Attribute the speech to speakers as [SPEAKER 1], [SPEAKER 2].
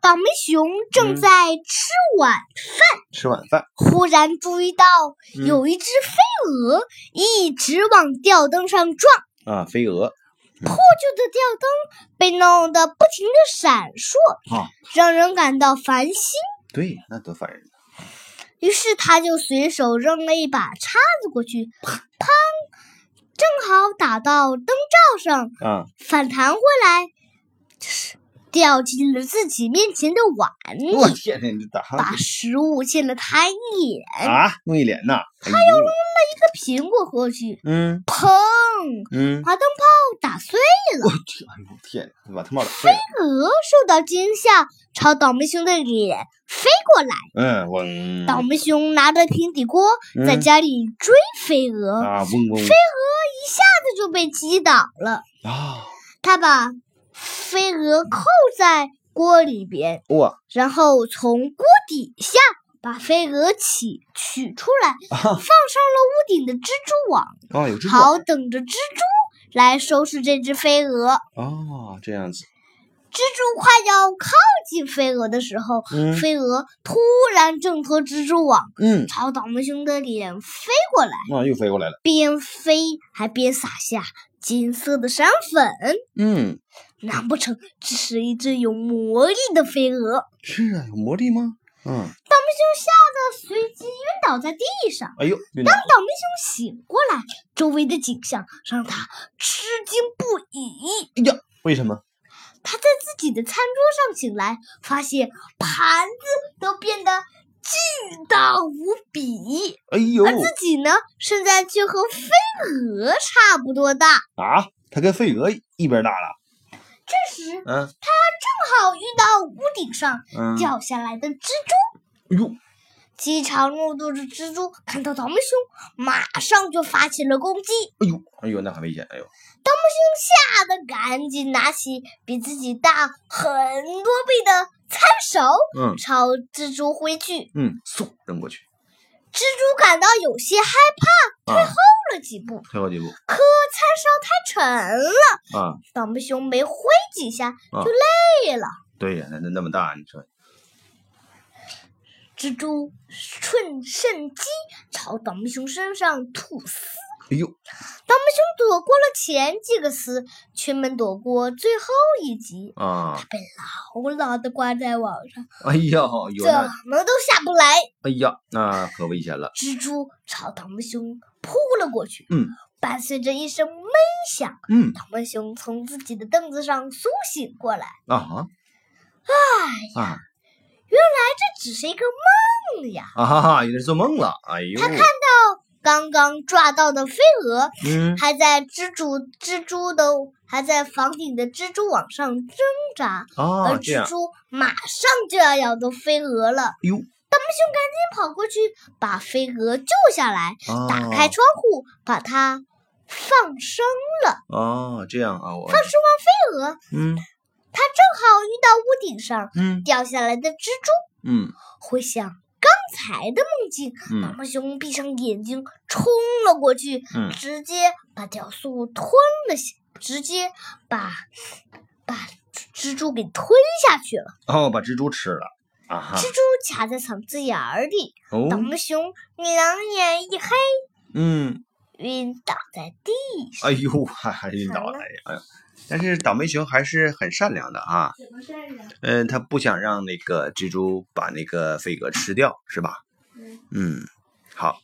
[SPEAKER 1] 倒霉熊正
[SPEAKER 2] 嗯
[SPEAKER 1] 在吃晚饭，
[SPEAKER 2] 吃晚饭。
[SPEAKER 1] 忽然注意到
[SPEAKER 2] 嗯
[SPEAKER 1] 有一只飞蛾一直往吊灯上撞，破
[SPEAKER 2] 啊，飞蛾
[SPEAKER 1] 旧的吊灯被弄得不停的闪烁，
[SPEAKER 2] 啊，
[SPEAKER 1] 让人感到烦心。
[SPEAKER 2] 对，那多烦人啊！
[SPEAKER 1] 于是他就随手扔了一把叉子过去，砰，正好打到灯罩上，
[SPEAKER 2] 啊，
[SPEAKER 1] 反弹回来，掉进了自己面前的碗
[SPEAKER 2] 我
[SPEAKER 1] 里，
[SPEAKER 2] 天哪，你这打哈
[SPEAKER 1] 把
[SPEAKER 2] 欠
[SPEAKER 1] 食物溅了他一脸。
[SPEAKER 2] 啊，弄一脸呐！他又弄，
[SPEAKER 1] 个苹果过去，
[SPEAKER 2] 嗯
[SPEAKER 1] 砰，
[SPEAKER 2] 嗯，
[SPEAKER 1] 把灯泡打碎。
[SPEAKER 2] 我天，哎呦我天哪，把他帽打碎了。
[SPEAKER 1] 鹅受到惊吓，朝倒霉熊的脸飞过来。
[SPEAKER 2] 嗯，嗡
[SPEAKER 1] 倒霉熊拿着平底锅在
[SPEAKER 2] 嗯
[SPEAKER 1] 家里追飞蛾，
[SPEAKER 2] 啊，嗡嗡
[SPEAKER 1] 它就被击倒了。
[SPEAKER 2] 啊，
[SPEAKER 1] 他把飞蛾扣在锅里边，
[SPEAKER 2] 哇
[SPEAKER 1] 然后从锅底下把飞蛾起取出来，
[SPEAKER 2] 啊
[SPEAKER 1] 放上了屋顶的蜘蛛网，
[SPEAKER 2] 啊，有这种
[SPEAKER 1] 好等着蜘蛛来收拾这只飞蛾。
[SPEAKER 2] 哦，这样子，
[SPEAKER 1] 蜘蛛快要靠近飞蛾的时候，
[SPEAKER 2] 嗯
[SPEAKER 1] 飞蛾突然挣脱蜘蛛网，
[SPEAKER 2] 嗯，
[SPEAKER 1] 朝倒霉熊的脸飞过来，
[SPEAKER 2] 啊，又飞过来了，
[SPEAKER 1] 边飞还边撒下金色的闪粉。
[SPEAKER 2] 嗯，
[SPEAKER 1] 难不成这是一只有魔力的飞蛾？
[SPEAKER 2] 是啊，有魔力吗？嗯，
[SPEAKER 1] 倒霉熊吓得随即晕倒在地上。
[SPEAKER 2] 哎呦，晕倒了
[SPEAKER 1] 倒霉熊醒过来，周围的景象让他吃惊不已。
[SPEAKER 2] 哎呀，为什么？
[SPEAKER 1] 他在自己的餐桌上醒来，发现盘子都变得巨大无比，
[SPEAKER 2] 哎呦
[SPEAKER 1] 而自己呢，现在却和飞蛾差不多大。
[SPEAKER 2] 啊，他跟飞蛾一边大了，
[SPEAKER 1] 这时正
[SPEAKER 2] 嗯
[SPEAKER 1] 好遇到屋顶上
[SPEAKER 2] 嗯，
[SPEAKER 1] 掉下来的蜘蛛。
[SPEAKER 2] 哎呦，
[SPEAKER 1] 饥肠辘辘的蜘蛛看到倒霉熊，马上就发起了攻击。
[SPEAKER 2] 哎呦，哎呦，那很危险，哎呦，
[SPEAKER 1] 吓得赶紧拿起比自己大很多倍的餐勺，
[SPEAKER 2] 嗯
[SPEAKER 1] 朝蜘蛛挥去。
[SPEAKER 2] 嗯，嗖扔过去
[SPEAKER 1] 蜘蛛感到有些害
[SPEAKER 2] 啊，
[SPEAKER 1] 怕了几步，
[SPEAKER 2] 退后几步
[SPEAKER 1] 可餐勺太沉了，
[SPEAKER 2] 啊，
[SPEAKER 1] 倒霉熊没挥几下
[SPEAKER 2] 啊
[SPEAKER 1] 就累了。
[SPEAKER 2] 对呀，那那那么大，你说，
[SPEAKER 1] 蜘蛛趁趁机朝倒霉熊身上吐丝。
[SPEAKER 2] 哎呦，
[SPEAKER 1] 倒霉熊躲过了前几个丝，却没躲过最后一集。
[SPEAKER 2] 啊，
[SPEAKER 1] 被牢牢的挂在网上，
[SPEAKER 2] 哎呀，有
[SPEAKER 1] 怎
[SPEAKER 2] 那，
[SPEAKER 1] 么都下不来。
[SPEAKER 2] 哎呀，那可危险了，
[SPEAKER 1] 蜘蛛朝倒霉熊扑了过去，
[SPEAKER 2] 嗯
[SPEAKER 1] 伴随着一声闷响，
[SPEAKER 2] 嗯
[SPEAKER 1] 倒霉熊从自己的凳子上苏醒过来，
[SPEAKER 2] 啊啊啊
[SPEAKER 1] 这只是一个梦呀。
[SPEAKER 2] 啊哈哈，有点做梦了，哎呦，
[SPEAKER 1] 刚刚抓到的飞蛾
[SPEAKER 2] 嗯
[SPEAKER 1] 还在蜘蛛蜘蛛的还在房顶的蜘蛛网上挣扎，而
[SPEAKER 2] 啊，这样
[SPEAKER 1] 呃蜘，蛛马上就要咬到飞蛾了。
[SPEAKER 2] 哎呦，
[SPEAKER 1] 先跑过去把飞蛾救下来，
[SPEAKER 2] 啊
[SPEAKER 1] 打开窗户，把它放生。
[SPEAKER 2] 啊，这样啊，我
[SPEAKER 1] 飞蛾
[SPEAKER 2] 嗯
[SPEAKER 1] 它正好遇到屋顶上
[SPEAKER 2] 嗯
[SPEAKER 1] 掉下来的蜘蛛，
[SPEAKER 2] 嗯
[SPEAKER 1] 回想刚才的梦境，毛
[SPEAKER 2] 嗯
[SPEAKER 1] 毛熊闭上眼睛冲了过去，
[SPEAKER 2] 嗯
[SPEAKER 1] 直接把雕塑吞了下，直接把把蜘蛛给吞下去了。
[SPEAKER 2] 哦，把蜘蛛吃了啊哈
[SPEAKER 1] 蜘，蛛卡在嗓子眼儿里，
[SPEAKER 2] 哦，
[SPEAKER 1] 毛毛熊两眼一黑，
[SPEAKER 2] 嗯。
[SPEAKER 1] 晕倒在地上。
[SPEAKER 2] 哎呦，还还晕倒了，哎呀！但是倒霉熊还是很善良的啊，
[SPEAKER 1] 怎么事儿啊？
[SPEAKER 2] 嗯，他不想让那个蜘蛛把那个飞蛾吃掉，是吧？
[SPEAKER 1] 嗯
[SPEAKER 2] 嗯，好，